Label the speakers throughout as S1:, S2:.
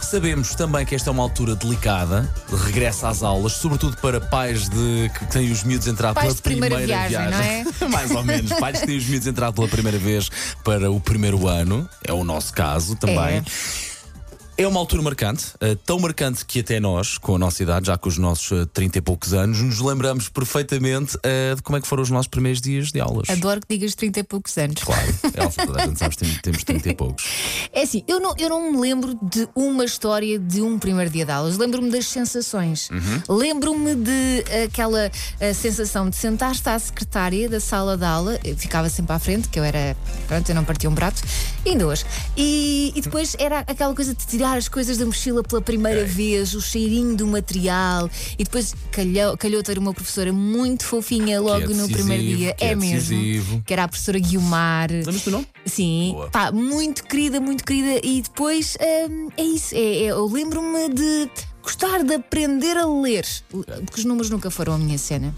S1: Sabemos também que esta é uma altura delicada, de regresso às aulas, sobretudo para pais de, que têm os miúdos a entrar
S2: Pais
S1: pela
S2: de primeira viagem, não é?
S1: Mais ou menos. Pais que têm os miúdos a entrar pela primeira vez para o primeiro ano, é o nosso caso também. É uma altura marcante, eh, tão marcante que até nós, com a nossa idade, já com os nossos eh, 30 e poucos anos, nos lembramos perfeitamente eh, de como é que foram os nossos primeiros dias de aulas.
S2: Adoro que digas 30 e poucos anos.
S1: Claro, Elsa, toda a gente sabe que tem- temos 30 e poucos.
S2: É assim, eu não, eu não me lembro de uma história de um primeiro dia de aulas. Lembro-me das sensações.
S1: Uhum.
S2: Lembro-me de aquela eh, sensação de sentar-te à secretária da sala de aula. Eu ficava sempre à frente, que eu era. Pronto, eu não partia um prato. Ainda hoje. E, e depois era aquela coisa de tirar as coisas da mochila pela primeira vez, o cheirinho do material. E depois calhou, calhou ter uma professora muito fofinha logo no
S1: decisivo,
S2: primeiro dia.
S1: que
S2: é
S1: é
S2: mesmo.
S1: decisivo.
S2: Que era a professora Guiomar.
S1: Lembras-te do nome?
S2: Sim,
S1: Boa.
S2: pá, muito querida, muito querida. E depois hum, é isso. É, é- eu lembro-me de gostar de aprender a ler, porque os números nunca foram a minha cena.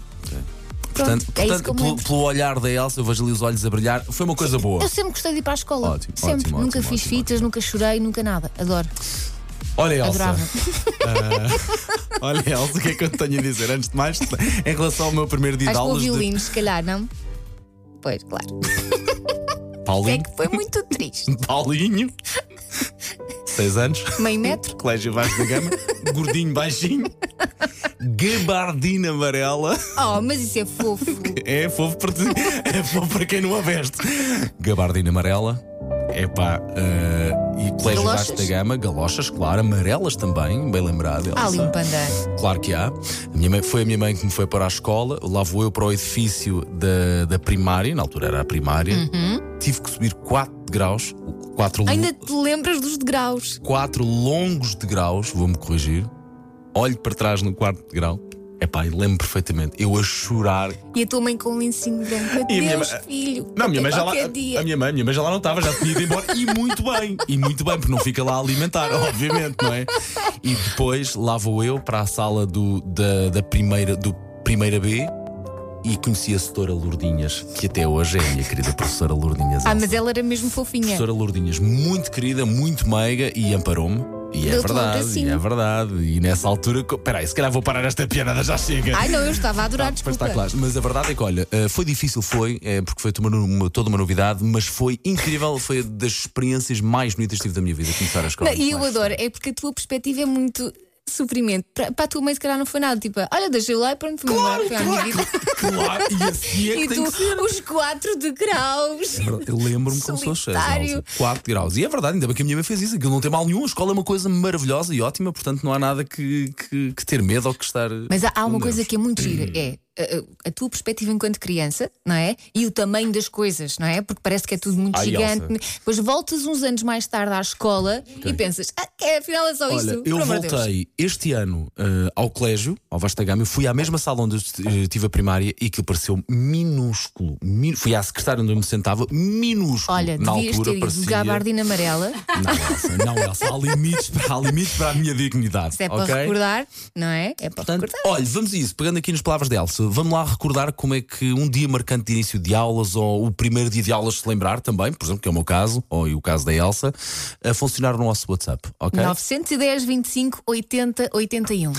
S1: Portanto,
S2: Pronto, é
S1: portanto,
S2: isso que eu me
S1: pelo,
S2: lembro.
S1: pelo olhar da Elsa, eu vejo ali os olhos a brilhar. Foi uma coisa boa.
S2: Eu sempre gostei de ir para a escola.
S1: Ótimo, ótimo,
S2: sempre.
S1: ótimo,
S2: nunca fiz
S1: ótimo,
S2: fitas,
S1: ótimo.
S2: nunca chorei, nunca nada. Adoro.
S1: Olha, Elsa.
S2: Adorava.
S1: Ah, olha, Elsa, o que é que eu te tenho a dizer? Antes de mais, em relação ao meu primeiro dia de
S2: Acho que o
S1: aulas de
S2: violino, se calhar, não? Pois, claro. É
S1: Paulinho.
S2: que foi muito triste.
S1: Paulinho. Seis anos.
S2: Meio metro.
S1: Colégio Vasco da Gama. Gordinho, baixinho. Gabardina amarela.
S2: Oh, mas isso é fofo.
S1: É fofo para, ti- é fofo para quem não a veste. Gabardina amarela. Epá, eh, e Colégio
S2: Galochas.
S1: Vasco da Gama, galochas, claro, amarelas também, bem lembrado.
S2: Ah,
S1: Elsa.
S2: limpanda.
S1: Claro que há. A minha mãe, foi a minha mãe que me foi para a escola, lá vou eu para o edifício da, da primária, na altura era a primária, tive que subir 4 degraus, 4
S2: Ainda te lembras dos degraus?
S1: quatro longos degraus, vou-me corrigir. Olho para trás no quarto degrau. Epá, e lembro perfeitamente. Eu a chorar.
S2: E a tua mãe com um lencinho branco.
S1: E a minha
S2: Adeus,
S1: mãe-
S2: filho.
S1: Não, a minha
S2: Até
S1: mãe já lá.
S2: É qualquer dia.
S1: A minha mãe, a minha mãe já lá não estava, já tinha ido embora. E muito bem. E muito bem, porque não fica lá a alimentar, obviamente, não é? E depois lá vou eu para a sala do, da, da primeira, do primeira B. E conheci a setora Lourdinhas, que até hoje é a minha querida professora Lourdinhas.
S2: Ah,
S1: Elsa.
S2: mas ela era mesmo fofinha.
S1: Professora Lourdinhas, muito querida, muito meiga e amparou-me. E é
S2: Deu-te um
S1: verdade,
S2: abracinho.
S1: e é verdade. E nessa altura. co- Peraí, se calhar vou parar esta piada, já chega.
S2: Ai não, eu estava a adorar,
S1: Tá, Pois
S2: desculpa.
S1: está claro. Mas a verdade é que, olha, eh, foi difícil, foi, eh, porque foi uma- uma- toda uma novidade, mas foi incrível, foi das experiências mais bonitas que tive da minha vida, começar a escola.
S2: Não, e eu
S1: Mas-
S2: adoro, é porque a tua perspectiva é muito sofrimento. Para, para a tua mãe, se calhar, não foi nada. Tipo, olha, deixei lá e pronto, fui embora. Foi à minha vida.
S1: Claro, e assim é que
S2: E
S1: tem
S2: tu,
S1: que ser.
S2: os quatro degraus.
S1: É verdade, Eu lembro-me como sou cheio.
S2: Solitário.
S1: 4 graus. E é verdade, ainda bem que a minha mãe fez isso. Aquilo não tem mal nenhum. A escola é uma coisa maravilhosa e ótima, portanto não há nada que, que- que ter medo ou que estar.
S2: Mas há, há uma
S1: com
S2: coisa
S1: nervos.
S2: que é muito
S1: Hum.
S2: gira, é a- a, a tua perspectiva enquanto criança, não é? E o tamanho das coisas, não é? Porque parece que é tudo muito
S1: Ai,
S2: gigante.
S1: Elsa.
S2: Depois voltas uns anos mais tarde à escola e pensas, ah, é, afinal é só
S1: Olha,
S2: isto.
S1: eu
S2: por amor de Deus.
S1: voltei este ano eh, ao colégio, ao Vasta Gama, eu fui à mesma sala onde eu eh, tive a primária e aquilo pareceu minúsculo. Min- Fui à secretária onde eu me sentava, minúsculo.
S2: Olha,
S1: na
S2: devias
S1: altura
S2: ter ido de
S1: parecia.
S2: gabardina amarela.
S1: Não, Elsa, não, Elsa, há limites, para- há limites para a minha dignidade.
S2: Se é
S1: ok?
S2: para recordar, não é? É para
S1: Portanto,
S2: recordar.
S1: olha, vamos a isso, pegando aqui nas palavras de Elsa, vamos lá recordar como é que um dia marcante de início de aulas ou o primeiro dia de aulas se lembrar também, por exemplo, que é o meu caso, ou e o caso da Elsa, a funcionar no nosso WhatsApp, ok?
S2: 910 25 80 81.